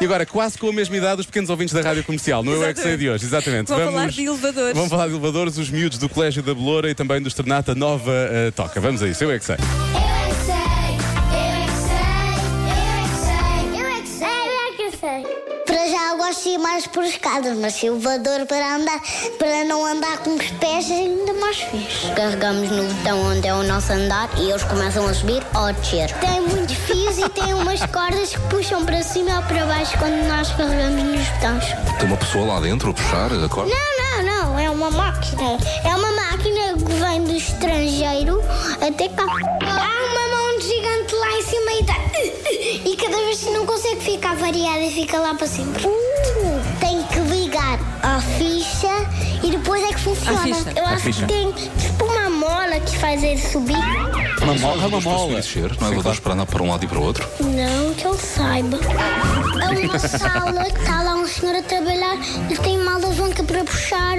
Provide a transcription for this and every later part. E agora, quase com a mesma idade, os pequenos ouvintes da rádio comercial, no Eu É Que Sei de hoje, exatamente. Vão falar de elevadores. Vamos falar de elevadores, os miúdos do Colégio da Beloura e também do Estrenata Nova eh, Toca. Vamos a isso, Eu É Que Sei. Eu é que sei, eu é que sei, eu é que sei, eu é que sei, eu é que sei. Para já eu gosto de ir mais por escadas, mas elevador para andar, para não andar com os pés é ainda mais fixe. Carregamos no botão onde é o nosso andar e eles começam a subir ou a descer. Tem muitos fios e tem umas cordas que puxam para cima ou para baixo quando nós carregamos nos botões. Tem uma pessoa lá dentro a puxar a corda? Não, não, não, é uma máquina. É uma máquina que vem do estrangeiro até cá. Há uma mão gigante lá em cima e tá... E cada vez que não consegue ficar variada, fica lá para sempre. Uh, tem que ligar à ficha e depois é que funciona. À ficha. Eu acho ficha. que tem tipo uma mola que faz ele subir. Uma mola, Elevadores para subir e descer? Não é há elevadores para andar para um lado e para o outro? Não, que eu saiba. É uma sala que está lá um senhor a trabalhar e tem uma alavanca para puxar,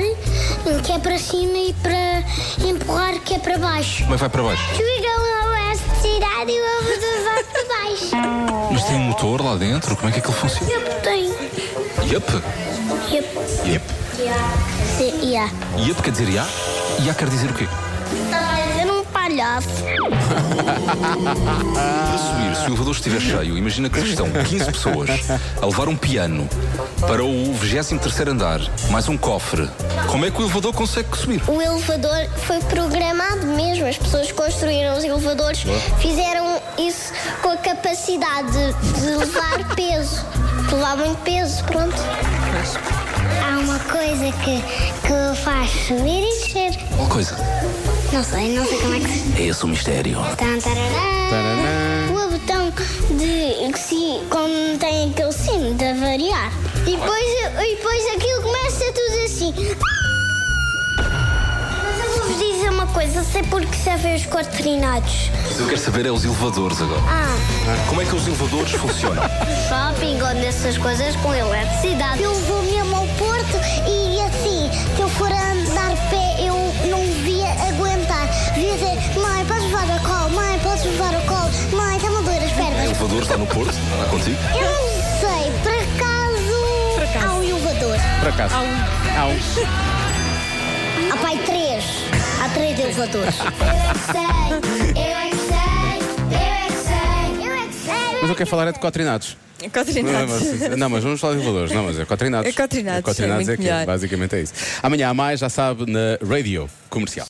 que é para cima, e para empurrar, que é para baixo. Como é que vai para baixo? Chegam a esta cidade e o avô vai para baixo. Mas tem um motor lá dentro? Como é que aquilo funciona? Eu tenho. Yep. Yep. Yep. Sim, yeah. Yep quer dizer já? Já quer dizer o quê? Talvez eu um palhaço. Para subir, se o elevador estiver cheio, imagina que estão 15 pessoas a levar um piano para o 23 andar, mais um cofre. Como é que o elevador consegue subir? O elevador foi programado mesmo. As pessoas construíram os elevadores, fizeram isso com a capacidade de levar peso, de levar muito peso, pronto. Há uma coisa que, que faz subir e descer. Qual coisa? Não sei, não sei como é que se É esse o mistério. Tan, tarará. Taranã. O botão de que se, quando tem aquele sino de variar. E depois, e depois aquilo começa tudo assim. Mas eu vou-vos dizer uma coisa, eu sei porque servem os quadrinados. Mas eu quero saber é os elevadores agora. Ah, Como é que os elevadores funcionam? Shopping ou nessas coisas com eletricidade. eu vou mesmo ao Porto e assim, se eu for a andar de pé, eu não via aguentar. Devia dizer, mãe, podes levar o colo? Mãe, podes levar o colo? Mãe, está-me a doer as Há pernas. elevadores lá no Porto? Lá contigo? Eu não sei, por acaso, Por acaso. há um elevador. Para cá. Há um. Há um. Ah, Há pai três. Há três elevadores. Eu é que sei, eu é que sei, eu é que sei. Mas eu quero falar é de cotrinados. Não, mas, eh, não, mas vamos falar de elevadores. Não, mas é cotrinados. É cotrinados, cotrinados é é, muito que melhor. basicamente é isso. Amanhã há mais, já sabe, na Radio Comercial.